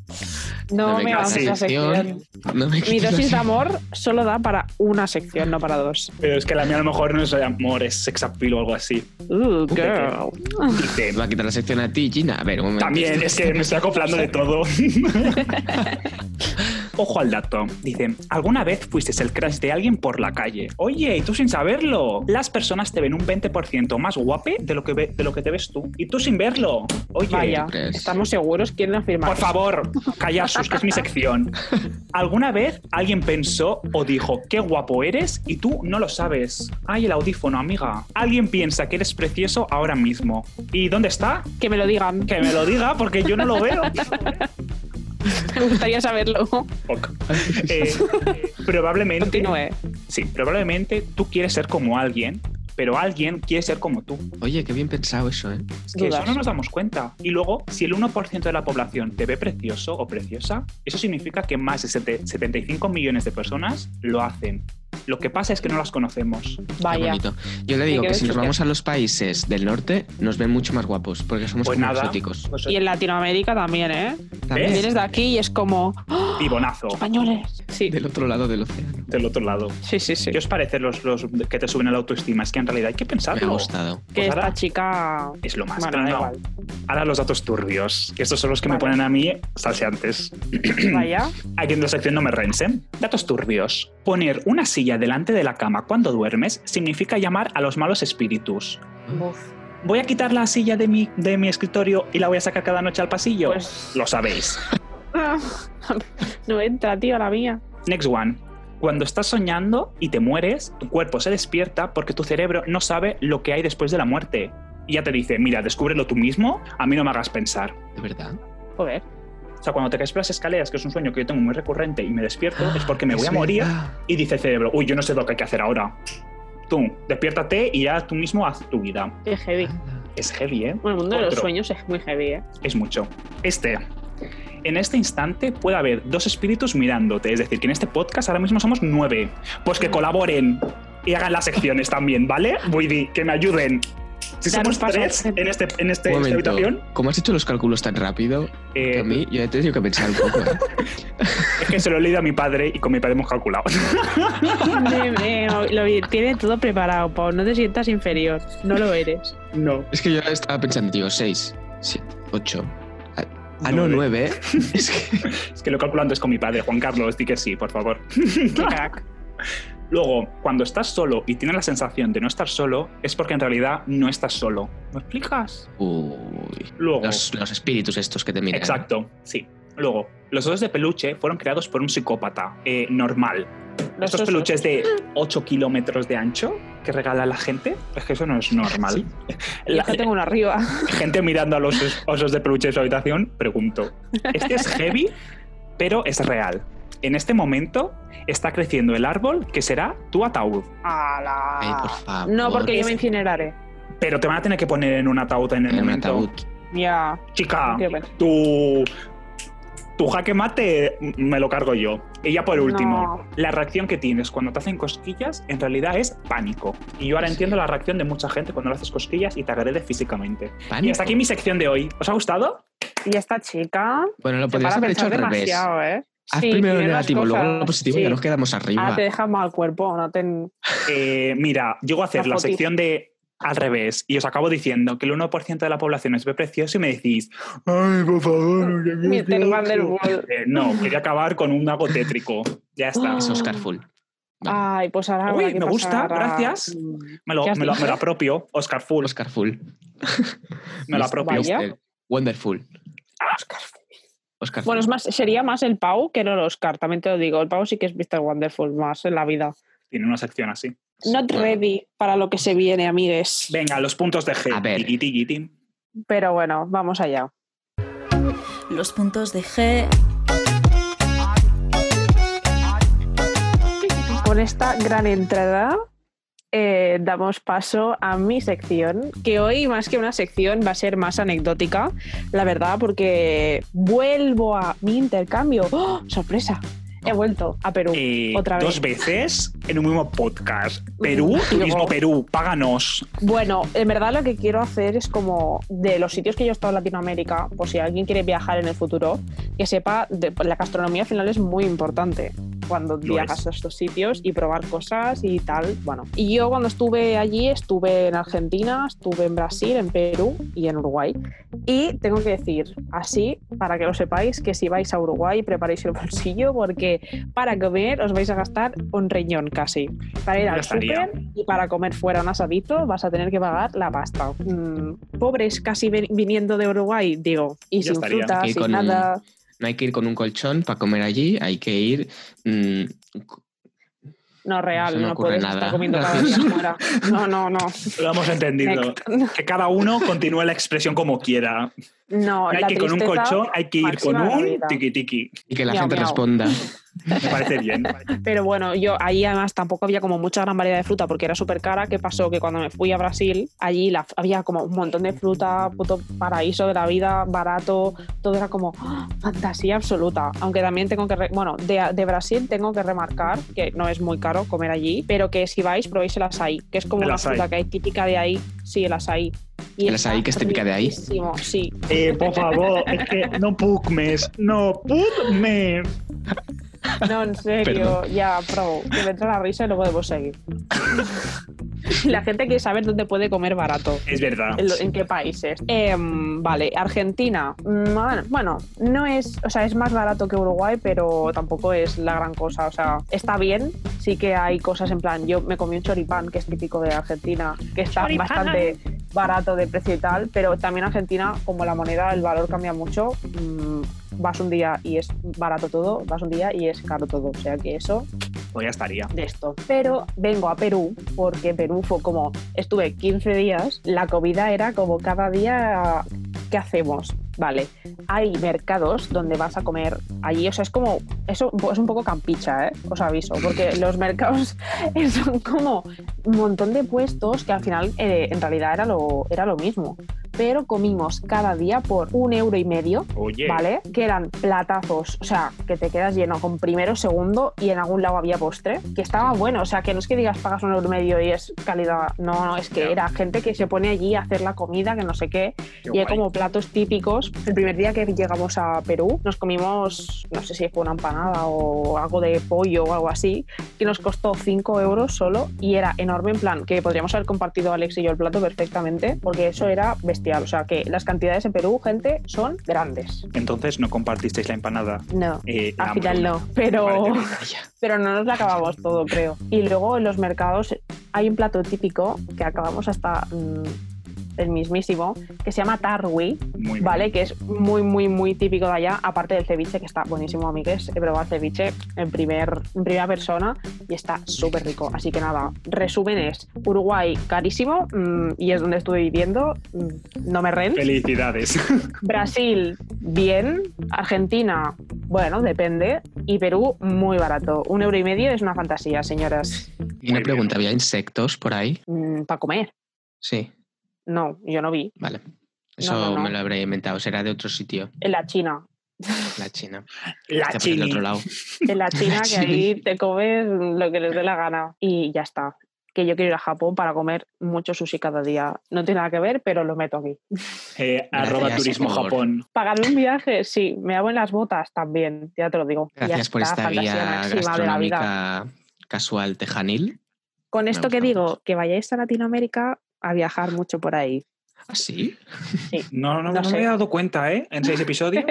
Speaker 4: No,
Speaker 5: No me
Speaker 4: me
Speaker 5: quitas
Speaker 4: avances la
Speaker 5: sección.
Speaker 4: sección.
Speaker 5: No me
Speaker 4: Mi
Speaker 5: quites
Speaker 4: dosis de
Speaker 5: la-
Speaker 4: amor solo da para una sección, no para dos.
Speaker 3: Pero es que la mía a lo mejor no es amor, es sex appeal o algo así.
Speaker 4: Uh,
Speaker 3: qué-
Speaker 4: girl.
Speaker 3: Dice,
Speaker 5: Te va a quitar la sección a ti, Gina. A ver, un momento.
Speaker 3: También, es que me estoy acoplando de todo. Ojo al dato. Dice, ¿alguna vez fuiste el crush de alguien por la calle? Oye, y tú sin saberlo. Las personas te ven un 20% más guape de lo que, ve- de lo que te ves tú. Y tú sin verlo. Oye,
Speaker 4: Vaya,
Speaker 5: crees?
Speaker 4: estamos seguros quién lo afirma.
Speaker 3: por favor, callasos, que es mi sección. ¿Alguna vez alguien pensó o dijo, qué guapo eres y tú no lo sabes? Ay, el audífono, amiga. Alguien piensa que eres precioso ahora mismo. ¿Y dónde está?
Speaker 4: Que me lo digan,
Speaker 3: Que me lo diga porque yo no lo veo.
Speaker 4: me gustaría saberlo.
Speaker 3: Ok. Eh, probablemente.
Speaker 4: Continúe.
Speaker 3: Sí, probablemente tú quieres ser como alguien, pero alguien quiere ser como tú.
Speaker 5: Oye, qué bien pensado eso, ¿eh?
Speaker 3: Es que eso
Speaker 4: Dudas.
Speaker 3: no nos damos cuenta. Y luego, si el 1% de la población te ve precioso o preciosa, eso significa que más de sete- 75 millones de personas lo hacen. Lo que pasa es que no las conocemos.
Speaker 5: Qué
Speaker 4: Vaya.
Speaker 5: bonito. Yo le digo
Speaker 4: Me
Speaker 5: que
Speaker 4: quedo
Speaker 5: si nos
Speaker 4: choqueada.
Speaker 5: vamos a los países del norte, nos ven mucho más guapos, porque somos
Speaker 3: Pues
Speaker 5: como
Speaker 3: nada.
Speaker 5: exóticos.
Speaker 3: Pues,
Speaker 4: Y en Latinoamérica también, ¿eh?
Speaker 5: También
Speaker 3: ¿Ves?
Speaker 4: Vienes de aquí y es como ¡Ah!
Speaker 3: tibonazo
Speaker 4: españoles. Sí,
Speaker 5: del otro lado del océano.
Speaker 3: Pues, del otro lado.
Speaker 4: sí, sí, sí.
Speaker 3: ¿Qué os parece los, los que te suben a la autoestima? Es que en realidad hay que
Speaker 5: Me ha
Speaker 3: pensarlo.
Speaker 5: gustado.
Speaker 4: Que
Speaker 3: pues ahora-
Speaker 4: esta chica.
Speaker 3: Es lo más.
Speaker 4: Bueno,
Speaker 3: pero
Speaker 4: da
Speaker 3: no.
Speaker 4: igual.
Speaker 3: Ahora los datos turbios, que estos son los que me
Speaker 4: Vale.
Speaker 3: ponen a mí salseantes.
Speaker 4: Vaya.
Speaker 3: Aquí en la sección no me rensen. Datos turbios. Poner una silla delante de la cama cuando duermes significa llamar a los malos espíritus.
Speaker 4: Uf.
Speaker 3: ¿Voy a quitar la silla de mi, de mi escritorio y la voy a sacar cada noche al pasillo?
Speaker 4: Pues.
Speaker 3: Lo sabéis.
Speaker 4: No entra, tío, la mía.
Speaker 3: Next one. Cuando estás soñando y te mueres, tu cuerpo se despierta porque tu cerebro no sabe lo que hay después de la muerte. Y ya te dice, mira, descúbrelo tú mismo, a mí no me hagas pensar.
Speaker 5: De verdad.
Speaker 4: Joder.
Speaker 3: O sea, cuando te caes por las escaleras, que es un sueño que yo tengo muy recurrente y me despierto, es porque me voy a
Speaker 5: Es
Speaker 3: morir
Speaker 5: verdad.
Speaker 3: y dice el cerebro, uy, yo no sé lo que hay que hacer ahora. Tú, despiértate y ya tú mismo haz tu vida.
Speaker 4: Qué heavy.
Speaker 3: Es heavy, ¿eh?
Speaker 4: Bueno, el mundo de los
Speaker 3: Otro.
Speaker 4: sueños es muy heavy, ¿eh?
Speaker 3: Es mucho. Este. En este instante puede haber dos espíritus mirándote. Es decir, que en este podcast ahora mismo somos nueve. Pues que colaboren y hagan las secciones también, ¿vale? Woody, que me ayuden. Si
Speaker 4: Daros
Speaker 3: somos
Speaker 4: paso.
Speaker 3: tres en, este, en este,
Speaker 5: Un
Speaker 3: esta
Speaker 5: momento.
Speaker 3: habitación,
Speaker 5: ¿Cómo has hecho los cálculos tan rápido?
Speaker 3: eh,
Speaker 5: Que a mí yo he tenido que pensar un poco. ¿eh?
Speaker 3: es que se lo he leído a mi padre y con mi padre hemos calculado.
Speaker 4: Hombre, mío, lo tiene todo preparado, Pau. No te sientas inferior. No lo eres.
Speaker 3: No.
Speaker 5: Es que yo estaba pensando, digo, 6, 7, 8. Ah, no,
Speaker 3: Nueve.
Speaker 5: 9. Es que
Speaker 3: Es que lo calculo antes con mi padre, Juan Carlos, di que sí, por favor.
Speaker 4: Qué crack.
Speaker 3: Luego, cuando estás solo y tienes la sensación de no estar solo, es porque en realidad no estás solo. ¿Me explicas?
Speaker 5: Uy.
Speaker 3: Luego.
Speaker 5: Los, los espíritus estos que te miran.
Speaker 3: Exacto, sí. Luego, los osos de peluche fueron creados por un psicópata eh, normal.
Speaker 4: Los ¿eh?
Speaker 3: Estos
Speaker 4: osos.
Speaker 3: peluches de 8 kilómetros de ancho que regala la gente, es que eso no es normal.
Speaker 5: Sí.
Speaker 4: Yo
Speaker 3: La,
Speaker 4: es que tengo uno arriba.
Speaker 3: gente mirando a los osos- osos de peluche en su habitación, pregunto. Este es heavy, pero es real. En este momento está creciendo el árbol que será tu ataúd.
Speaker 4: ¡Hala!
Speaker 5: Ay, por favor.
Speaker 4: No, porque yo me incineraré.
Speaker 3: Pero te van a tener que poner en un ataúd en el
Speaker 5: En un
Speaker 3: momento.
Speaker 5: ataúd.
Speaker 4: Ya.
Speaker 3: Chica,
Speaker 4: Qué bueno.
Speaker 3: tu, tu jaque mate m- me lo cargo yo. Y ya por último,
Speaker 4: No.
Speaker 3: la reacción que tienes cuando te hacen cosquillas en realidad es pánico. Y yo ahora
Speaker 5: Sí.
Speaker 3: entiendo la reacción de mucha gente cuando le haces cosquillas y te agrede físicamente.
Speaker 5: Pánico.
Speaker 3: Y hasta aquí mi sección de hoy. ¿Os ha gustado?
Speaker 4: Y esta chica.
Speaker 5: Bueno, lo
Speaker 4: Se para
Speaker 5: podrías
Speaker 4: a
Speaker 5: haber hecho
Speaker 4: pensar
Speaker 5: al revés.
Speaker 4: demasiado, ¿eh?
Speaker 5: Haz
Speaker 4: Sí,
Speaker 5: primero el
Speaker 4: tiene unas
Speaker 5: negativo, luego
Speaker 4: cosas,
Speaker 5: lo positivo y ya
Speaker 4: sí.
Speaker 5: nos quedamos arriba.
Speaker 4: Ah, te dejas mal cuerpo, no te.
Speaker 3: Eh, mira, llego a hacer
Speaker 4: La
Speaker 3: la
Speaker 4: fotito.
Speaker 3: sección de al revés y os acabo diciendo que el 1% de la población es ve precioso y me decís, ay, por favor, qué
Speaker 4: Mr.
Speaker 3: precioso".
Speaker 4: Vanderbilt.
Speaker 3: Eh, no, quería acabar con un algo tétrico. Ya está.
Speaker 4: Ah,
Speaker 5: Es Oscar Full. Vale.
Speaker 4: Ay, pues ahora.
Speaker 3: Uy,
Speaker 4: habrá que
Speaker 3: me gusta,
Speaker 4: pasar a-
Speaker 3: gracias.
Speaker 4: Mm,
Speaker 3: Me lo,
Speaker 4: ¿Qué has
Speaker 3: me lo-
Speaker 4: dicho?
Speaker 3: me lo apropio, Oscar Full,
Speaker 5: Oscar Full.
Speaker 3: me lo
Speaker 5: Mr.
Speaker 3: apropio.
Speaker 4: Vaya.
Speaker 5: Mr. Wonderful.
Speaker 4: Oscar.
Speaker 5: Oscar
Speaker 4: Bueno, es
Speaker 5: Full.
Speaker 4: más, sería más el Pau que no el Oscar, también te lo digo. El Pau sí que es Mr. Wonderful, más en la vida.
Speaker 3: Tiene una sección así.
Speaker 4: Not
Speaker 5: Bueno.
Speaker 4: ready para lo que se viene, amigues.
Speaker 3: Venga, los puntos de G.
Speaker 5: A ver.
Speaker 3: Tiki, tiki, tim.
Speaker 4: Pero bueno, vamos allá.
Speaker 6: Los puntos de G.
Speaker 4: Con esta gran entrada eh, damos paso a mi sección, que hoy más que una sección va a ser más anecdótica, la verdad, porque vuelvo a mi intercambio. ¡Oh, ¡Sorpresa! He vuelto a Perú.
Speaker 3: Eh,
Speaker 4: Otra vez.
Speaker 3: Dos veces en un mismo podcast. Perú,
Speaker 4: Ujú.
Speaker 3: Turismo Perú, páganos.
Speaker 4: Bueno, en verdad lo que quiero hacer es como de los sitios que yo he estado en Latinoamérica, por si alguien quiere viajar en el futuro, que sepa, de- pues, la gastronomía al final es muy importante cuando viajas
Speaker 3: es.
Speaker 4: a estos sitios y probar cosas y tal. Bueno, y yo cuando estuve allí, estuve en Argentina, estuve en Brasil, en Perú y en Uruguay. Y tengo que decir, así, para que lo sepáis, que si vais a Uruguay, preparéis el bolsillo porque para comer os vais a gastar un riñón casi. Para ir
Speaker 3: Ya
Speaker 4: al
Speaker 3: estaría.
Speaker 4: súper y para comer fuera un asadito vas a tener que pagar la pasta. Mm, pobres casi ven- viniendo de Uruguay, digo, y
Speaker 3: Ya
Speaker 4: sin
Speaker 3: estaría.
Speaker 4: frutas,
Speaker 5: Aquí
Speaker 4: sin
Speaker 5: con un-
Speaker 4: nada.
Speaker 5: No hay que ir con un colchón para comer allí, hay que ir. mm,
Speaker 4: No,
Speaker 5: se
Speaker 4: real,
Speaker 5: me
Speaker 4: no
Speaker 5: ocurre
Speaker 4: puedes
Speaker 5: nada.
Speaker 4: estar comiendo cada día fuera. No, no, no.
Speaker 3: Lo hemos entendido.
Speaker 4: Next.
Speaker 3: que cada uno continúe la expresión como quiera.
Speaker 4: No,
Speaker 3: hay
Speaker 4: la
Speaker 3: que ir con un
Speaker 4: tristeza-
Speaker 3: colchón, hay que ir con
Speaker 4: máxima de la
Speaker 3: un
Speaker 4: vida.
Speaker 3: tiki tiki.
Speaker 5: y que la
Speaker 4: Miau,
Speaker 5: gente
Speaker 4: miau.
Speaker 5: responda.
Speaker 3: Me parece bien.
Speaker 4: Pero bueno, yo ahí además tampoco había como mucha gran variedad de fruta porque era súper cara. ¿Qué pasó? Que cuando me fui a Brasil, allí la- había como un montón de fruta, puto paraíso de la vida, barato, todo era como ¡ah! fantasía absoluta. Aunque también tengo que, re- bueno, de, de Brasil tengo que remarcar que no es muy caro comer allí, pero que si vais, probéis el açaí, que es como
Speaker 3: El
Speaker 4: una
Speaker 3: açaí.
Speaker 4: fruta que hay típica de ahí. Sí, el açaí. Y
Speaker 5: El
Speaker 4: está
Speaker 5: açaí que es típica de ahí.
Speaker 4: riquísimo, Sí,
Speaker 3: Eh, por favor, es que no pugmes, no pugmes.
Speaker 4: No, en serio, ya, pro. Que me entra la risa y lo podemos seguir. la gente quiere saber dónde puede comer barato.
Speaker 3: Es verdad.
Speaker 4: En, Eh, lo- en qué países? Em, vale, Argentina. Mm, Bueno, no es, o sea, es más barato que Uruguay, pero tampoco es la gran cosa. O sea, está bien. Sí que hay cosas en plan, yo me comí un choripán, que es típico de Argentina, que está
Speaker 3: Choripán.
Speaker 4: bastante barato de precio y tal, pero también Argentina, como la moneda, el valor cambia mucho. mm, vas un día y es barato todo, vas un día y es caro todo. O sea que eso
Speaker 3: Pues ya estaría.
Speaker 4: de esto. Pero vengo a Perú porque Perú fue como, estuve 15 días, la comida era como cada día, ¿qué hacemos? Vale, hay mercados donde vas a comer allí, o sea, es como, eso es un poco campicha, ¿eh? Os aviso, porque los mercados son como un montón de puestos que al final eh, en realidad era lo, era lo mismo. Pero comimos cada día por un euro y medio
Speaker 3: Oye,
Speaker 4: ¿Vale? Que eran platazos, o sea, que te quedas lleno con primero, segundo y en algún lado había postre, que estaba bueno, o sea, que no es que digas pagas un euro y medio y es calidad, no, no, es que
Speaker 3: Ya.
Speaker 4: era gente que se pone allí a hacer la comida, que no sé qué,
Speaker 3: qué
Speaker 4: y hay
Speaker 3: guay.
Speaker 4: como platos típicos. El primer día que llegamos a Perú nos comimos, no sé si fue una empanada o algo de pollo o algo así, que nos costó 5 euros solo y era enorme en plan, que podríamos haber compartido Alex y yo el plato perfectamente, porque eso era bestial, o sea, que las cantidades en Perú, gente, son grandes.
Speaker 3: Entonces no compartisteis la empanada.
Speaker 4: No.
Speaker 3: Eh, la
Speaker 4: Al final
Speaker 3: hamburguesa.
Speaker 4: no, pero,
Speaker 3: Vale, calla.
Speaker 4: pero no nos la acabamos todo, creo. Y luego en los mercados hay un plato típico que acabamos hasta mm, el mismísimo, que se llama tarwi,
Speaker 3: Muy bien.
Speaker 4: ¿vale? Que es muy, muy, muy típico de allá, aparte del ceviche, que está buenísimo, amigues. He probado el ceviche en, primer, en primera persona y está súper rico. Así que nada, resumen es Uruguay carísimo mm, y es donde estuve viviendo, mm, no me rent.
Speaker 3: Felicidades.
Speaker 4: Brasil, bien. Argentina, bueno, depende. Y Perú, muy barato. Un euro y medio es una fantasía, señoras.
Speaker 5: Y una
Speaker 3: bien.
Speaker 5: pregunta, ¿había insectos por ahí?
Speaker 4: ¿Para comer?
Speaker 5: Sí,
Speaker 4: No, yo no vi.
Speaker 5: vale. Eso
Speaker 4: no, no.
Speaker 5: me lo habré inventado, será de otro sitio,
Speaker 4: En la China.
Speaker 5: la China.
Speaker 3: La
Speaker 5: Está por el
Speaker 3: chini.
Speaker 5: otro lado.
Speaker 4: En la China, que ahí te comes lo que les dé la gana. Y ya está. Que yo quiero ir a Japón para comer mucho sushi cada día. No tiene nada que ver, pero lo meto aquí.
Speaker 3: Eh, arroba
Speaker 5: Gracias
Speaker 3: turismo
Speaker 5: por-
Speaker 3: Japón.
Speaker 4: Pagarme un viaje, sí. Me hago en las botas también, ya te lo digo. Y ya
Speaker 5: Gracias por
Speaker 4: está,
Speaker 5: esta
Speaker 4: fantasía
Speaker 5: guía
Speaker 4: máxima de la vida.
Speaker 5: gastronómica casual tejanil.
Speaker 4: Con
Speaker 5: Me
Speaker 4: esto que
Speaker 5: gusta
Speaker 4: digo,
Speaker 5: mucho.
Speaker 4: que vayáis a Latinoamérica a viajar mucho por ahí.
Speaker 5: Así.
Speaker 3: No, no,
Speaker 4: No
Speaker 3: no,
Speaker 4: sé.
Speaker 3: me he dado cuenta, ¿eh? En seis episodios.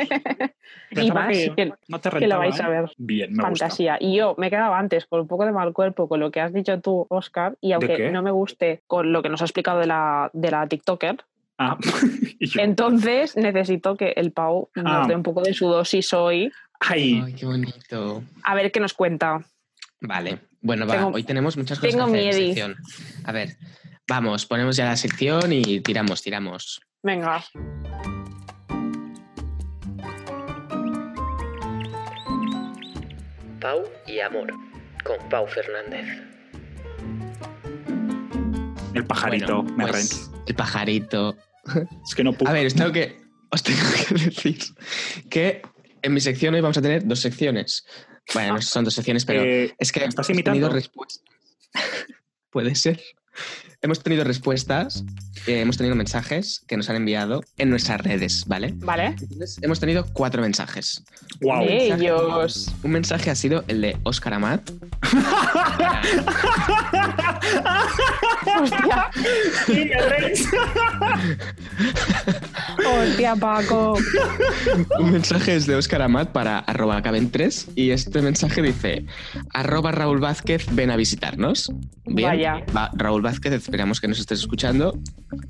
Speaker 4: y
Speaker 3: Pensaba
Speaker 4: más,
Speaker 3: que
Speaker 4: que,
Speaker 3: no te
Speaker 4: que
Speaker 3: rentaba,
Speaker 4: lo vais a
Speaker 3: ¿eh?
Speaker 4: ver.
Speaker 3: Bien, me gusta.
Speaker 4: Fantasía. Y yo me he quedado antes con un poco de mal cuerpo con lo que has dicho tú, Oscar, y aunque
Speaker 3: qué?
Speaker 4: no me guste con lo que nos ha explicado de la, de la TikToker,
Speaker 3: Ah, y yo,
Speaker 4: entonces necesito que el Pau nos
Speaker 3: Ah.
Speaker 4: dé un poco de su dosis hoy.
Speaker 3: Ay,
Speaker 5: Ay, qué bonito.
Speaker 4: A ver qué nos cuenta.
Speaker 5: Vale, Bueno, va,
Speaker 4: Tengo-
Speaker 5: hoy tenemos muchas cosas
Speaker 4: tengo
Speaker 5: que hacer en
Speaker 4: miedis.
Speaker 5: sección. A ver, vamos, ponemos ya la sección y tiramos, tiramos.
Speaker 4: Venga.
Speaker 7: Pau y Amor, con Pau Fernández.
Speaker 3: El pajarito,
Speaker 5: Bueno,
Speaker 3: me
Speaker 5: pues, El pajarito.
Speaker 3: renta. Es que no puedo.
Speaker 5: A ver, os tengo que, os tengo que decir que en mi sección hoy vamos a tener dos secciones. Bueno, no son dos secciones, pero
Speaker 3: Eh,
Speaker 5: es que
Speaker 3: ¿me estás
Speaker 5: hemos tenido
Speaker 3: imitando?
Speaker 5: respuestas. Puede ser. Hemos tenido respuestas, eh, hemos tenido mensajes que nos han enviado en nuestras redes, ¿vale?
Speaker 4: ¿Vale?
Speaker 5: Entonces, hemos tenido cuatro mensajes.
Speaker 3: wow.
Speaker 4: Eh.
Speaker 5: mensaje-
Speaker 4: Ellos.
Speaker 5: un mensaje ha sido el de Oscar Amat.
Speaker 4: Hostia, hostia, Paco.
Speaker 5: un mensaje es de Oscar Amat para arroba caben3 y este mensaje dice arroba Raúl Vázquez ven a visitarnos. Bien.
Speaker 4: Vaya.
Speaker 5: Va, Raúl Vázquez, esperamos que nos estés escuchando.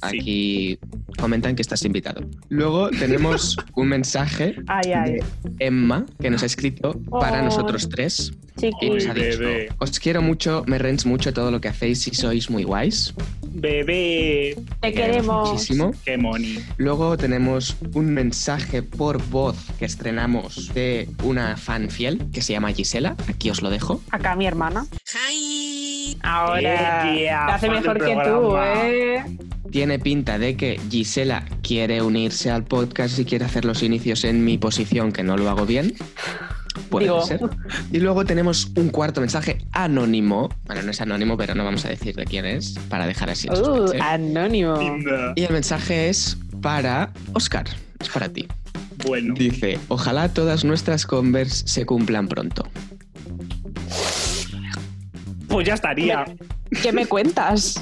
Speaker 5: Aquí comentan que estás invitado. Luego tenemos un mensaje
Speaker 4: Ay, ay.
Speaker 5: de Emma que nos ha escrito para
Speaker 4: Oh.
Speaker 5: nosotros tres y
Speaker 4: Chiqui.
Speaker 3: Uy,
Speaker 5: nos ha dicho
Speaker 3: bebé.
Speaker 5: os quiero mucho, me rens mucho todo lo que hacéis y sois muy guays.
Speaker 3: Bebé.
Speaker 4: Te
Speaker 5: queremos
Speaker 4: queremos.
Speaker 5: Muchísimo.
Speaker 3: Qué moni.
Speaker 5: Luego tenemos un mensaje por voz que estrenamos de una fan fiel que se llama Gisela. Aquí os lo dejo.
Speaker 4: Acá mi hermana.
Speaker 6: ¡Hi!
Speaker 4: Ahora.
Speaker 3: Eh, tía,
Speaker 4: Te hace
Speaker 3: fan del
Speaker 4: mejor que tú,
Speaker 3: programa.
Speaker 4: ¿eh?
Speaker 5: Tiene pinta de que Gisela quiere unirse al podcast y quiere hacer los inicios en mi posición, que no lo hago bien. Puede
Speaker 4: Digo.
Speaker 5: ser. Y luego tenemos un cuarto mensaje anónimo. Bueno, no es anónimo, pero no vamos a decir de quién es para dejar así. el
Speaker 4: Uh,
Speaker 5: suspense. Ah.
Speaker 4: anónimo.
Speaker 3: Linda.
Speaker 5: y el mensaje es para Oscar. Es para ti.
Speaker 3: Bueno.
Speaker 5: Dice, ojalá todas nuestras Converse se cumplan pronto.
Speaker 3: Pues ya estaría.
Speaker 4: ¿Qué me cuentas?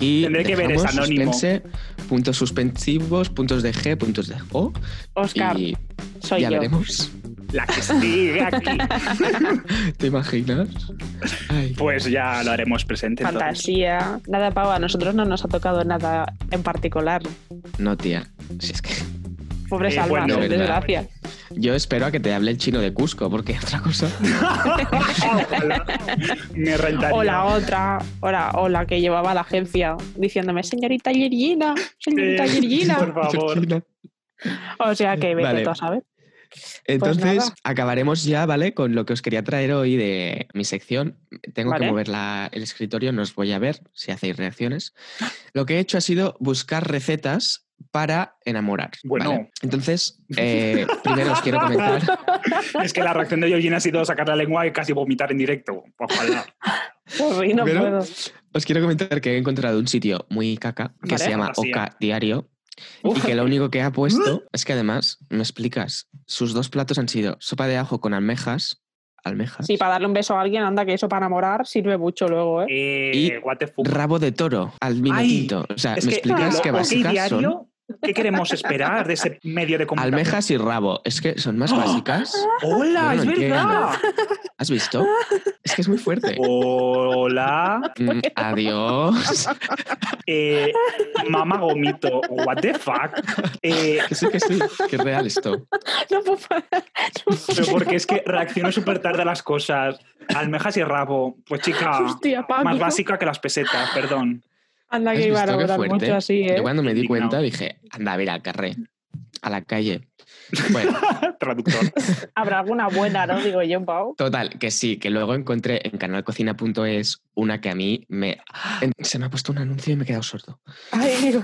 Speaker 5: Y
Speaker 3: Tendré que ver, es
Speaker 5: dejamos
Speaker 3: anónimo.
Speaker 5: suspense, puntos suspensivos, puntos de G, puntos de O.
Speaker 4: Oscar,
Speaker 5: Y
Speaker 4: soy
Speaker 5: ya
Speaker 4: yo.
Speaker 5: veremos.
Speaker 3: La que sigue aquí.
Speaker 5: ¿Te imaginas? Ay.
Speaker 3: Pues ya lo haremos presente. entonces.
Speaker 4: Fantasía. Nada, Pau, a nosotros no nos ha tocado nada en particular.
Speaker 5: No, tía. Si es que
Speaker 4: Pobres
Speaker 3: Eh,
Speaker 4: almas,
Speaker 3: bueno,
Speaker 4: por
Speaker 5: verdad.
Speaker 4: desgracia.
Speaker 5: yo espero a que te hable el chino de Cusco, porque otra cosa.
Speaker 3: Ojalá. Me rentaría.
Speaker 4: O la otra, o la, o la que llevaba a la agencia diciéndome, señorita Yergina, señorita
Speaker 3: Eh,
Speaker 4: Yergina.
Speaker 3: por favor.
Speaker 4: Pues O sea que vete
Speaker 5: Vale.
Speaker 4: tú a saber.
Speaker 5: Entonces,
Speaker 4: nada.
Speaker 5: acabaremos ya, ¿vale? Con lo que os quería traer hoy de mi sección. Tengo
Speaker 4: Vale.
Speaker 5: que mover la- el escritorio, no os voy a ver si hacéis reacciones. Lo que he hecho ha sido buscar recetas para enamorar.
Speaker 3: Bueno.
Speaker 5: ¿vale? Entonces, eh, primero os quiero comentar.
Speaker 3: Es que la reacción de Georgina ha sido sacar la lengua y casi vomitar en directo. Ojalá.
Speaker 4: Uy, no
Speaker 5: Pero-
Speaker 4: puedo.
Speaker 5: Os quiero comentar que he encontrado un sitio muy caca que
Speaker 4: Vale.
Speaker 5: se llama
Speaker 3: Fantasía.
Speaker 5: Oca Diario. Y que lo único que ha puesto es que además, me explicas, sus dos platos han sido sopa de ajo con almejas. Almejas.
Speaker 4: Sí, para darle un beso a alguien, anda, que eso para enamorar sirve mucho luego, ¿eh?
Speaker 3: Eh,
Speaker 5: Y
Speaker 3: what the fuck.
Speaker 5: Rabo de toro al vino
Speaker 3: Ay,
Speaker 5: tinto. O sea,
Speaker 3: Es
Speaker 5: me explicas
Speaker 3: lo-
Speaker 5: que
Speaker 3: ok,
Speaker 5: básicas son
Speaker 3: diario, ¿Qué queremos esperar de ese medio de comunicación?
Speaker 5: almejas y rabo. Es que son más
Speaker 3: ¡Oh!
Speaker 5: básicas.
Speaker 3: ¡Hola!
Speaker 5: Yo no
Speaker 3: ¡Es
Speaker 5: entiendo.
Speaker 3: verdad!
Speaker 5: ¿Has visto? Es que es muy fuerte.
Speaker 3: Hola.
Speaker 5: Mm, Adiós.
Speaker 3: Eh, mamá gomito. What the fuck. Eh,
Speaker 5: Que sí, que sí. Que es real esto.
Speaker 4: No puedo parar.
Speaker 3: pero porque es que reacciono súper tarde a las cosas. Almejas y rabo. Pues chica,
Speaker 4: Hostia, Paco.
Speaker 3: más básica que las pesetas, perdón.
Speaker 4: Anda,
Speaker 5: ¿Has
Speaker 4: que iba a
Speaker 5: visto qué
Speaker 4: enamorar
Speaker 5: fuerte?
Speaker 4: mucho así, ¿eh?
Speaker 5: Yo cuando me di
Speaker 3: Indignado.
Speaker 5: cuenta dije, anda, a ver al carré. A la calle. Bueno,
Speaker 3: Traductor.
Speaker 4: Habrá alguna buena, ¿no? Digo yo, Pau.
Speaker 5: total, que sí, que luego encontré en canalcocina.es una que a mí me... Se me ha puesto un anuncio y me he quedado sordo.
Speaker 4: Ay, digo,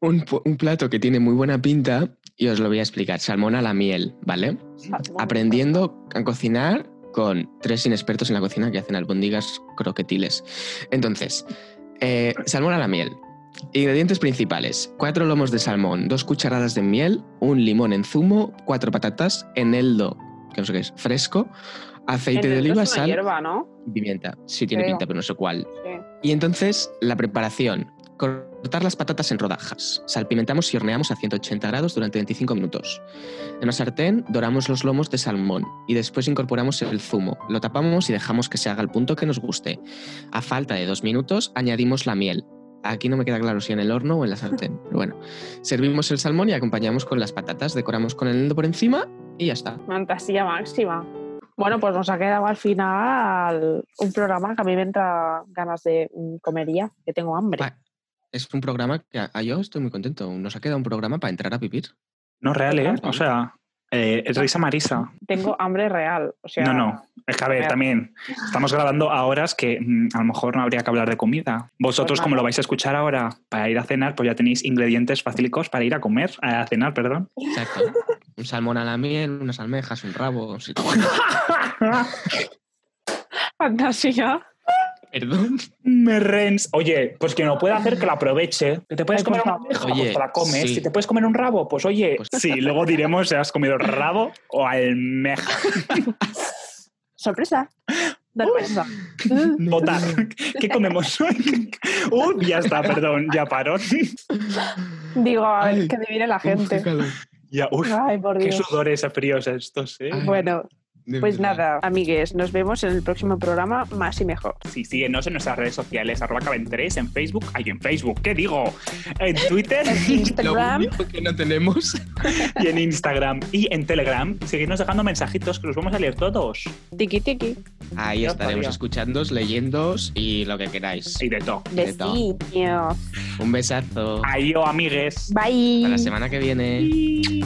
Speaker 5: un, pu- un plato que tiene muy buena pinta y os lo voy a explicar. Salmón a la miel, ¿vale?
Speaker 4: salmón.
Speaker 5: Aprendiendo a cocinar con tres inexpertos en la cocina que hacen albóndigas croquetiles. Entonces, eh, salmón a la miel. Ingredientes principales: cuatro lomos de salmón, dos cucharadas de miel, un limón en zumo, cuatro patatas, eneldo, que no sé qué es, fresco,
Speaker 4: El
Speaker 5: aceite de
Speaker 4: dedo
Speaker 5: oliva,
Speaker 4: es una
Speaker 5: sal
Speaker 4: hierba, ¿no?
Speaker 5: y pimienta. Sí tiene
Speaker 4: Creo.
Speaker 5: pinta, pero no sé cuál.
Speaker 4: Sí.
Speaker 5: Y entonces, la preparación. Cortar las patatas en rodajas. Salpimentamos y horneamos a 180 grados durante 25 minutos. En una sartén doramos los lomos de salmón y después incorporamos el zumo. Lo tapamos y dejamos que se haga al punto que nos guste. A falta de dos minutos, añadimos la miel. Aquí no me queda claro si en el horno o en la sartén. Pero bueno, servimos el salmón y acompañamos con las patatas. Decoramos con el hilo por encima y ya está.
Speaker 4: Fantasía máxima. Bueno, pues nos ha quedado al final un programa que a mí me entra ganas de mm, comer ya, que tengo hambre.
Speaker 5: Pa- Es un programa que a, a yo estoy muy contento. Nos ha quedado un programa para entrar a vivir.
Speaker 3: No, real, ¿eh? O sea, eh, el Risa Marisa.
Speaker 4: Tengo hambre real. O sea,
Speaker 3: No, no. Es que, a ver,
Speaker 4: Real.
Speaker 3: también estamos grabando a horas que mm, a lo mejor no habría que hablar de comida. Vosotros,
Speaker 4: Pues
Speaker 3: como
Speaker 4: nada.
Speaker 3: lo vais a escuchar ahora para ir a cenar, pues ya tenéis ingredientes fácilicos para ir a comer, a cenar, perdón.
Speaker 5: Exacto. un salmón a la miel, unas almejas, un rabo. sí.
Speaker 4: Fantasía.
Speaker 5: Perdón.
Speaker 3: Merrens. Oye, pues que no puede hacer que la aproveche. Que te puedes
Speaker 4: Ay,
Speaker 3: comer
Speaker 4: por
Speaker 3: una
Speaker 4: favor.
Speaker 3: abeja, pues
Speaker 5: Oye,
Speaker 3: te la comes.
Speaker 5: sí.
Speaker 3: Si te puedes comer un rabo, pues oye.
Speaker 5: Pues-
Speaker 3: Sí, luego diremos si has comido rabo o almeja.
Speaker 4: Sorpresa. Sorpresa.
Speaker 3: Total. ¿Qué comemos hoy? Uy, ya está, perdón, ya parón.
Speaker 4: Digo, a ver,
Speaker 5: Ay,
Speaker 4: que adivine la
Speaker 5: Uf, qué
Speaker 4: gente.
Speaker 5: calor.
Speaker 3: Ya, uy,
Speaker 4: Ay, por
Speaker 3: qué
Speaker 4: Dios.
Speaker 3: sudores fríos estos, ¿eh?
Speaker 5: Ay,
Speaker 4: Bueno,
Speaker 5: de
Speaker 4: pues
Speaker 5: verdad.
Speaker 4: nada, amigues, nos vemos en el próximo programa más y mejor.
Speaker 3: Sí, síguenos en nuestras redes sociales, arroba caben3 en Facebook, hay en Facebook, ¿qué digo? En Twitter
Speaker 5: Lo
Speaker 4: Instagram.
Speaker 5: único que no tenemos.
Speaker 3: y en Instagram y en Telegram. Seguidnos dejando mensajitos que los vamos a leer todos.
Speaker 4: Tiki tiki.
Speaker 5: Ahí
Speaker 3: Dios,
Speaker 5: estaremos
Speaker 3: María.
Speaker 5: escuchándoos, leyéndoos y lo que queráis.
Speaker 3: Y de todo.
Speaker 5: De todo.
Speaker 4: Besitos.
Speaker 5: Un besazo.
Speaker 3: Adiós, amigues.
Speaker 4: Bye.
Speaker 5: Hasta la semana que viene.
Speaker 3: Bye.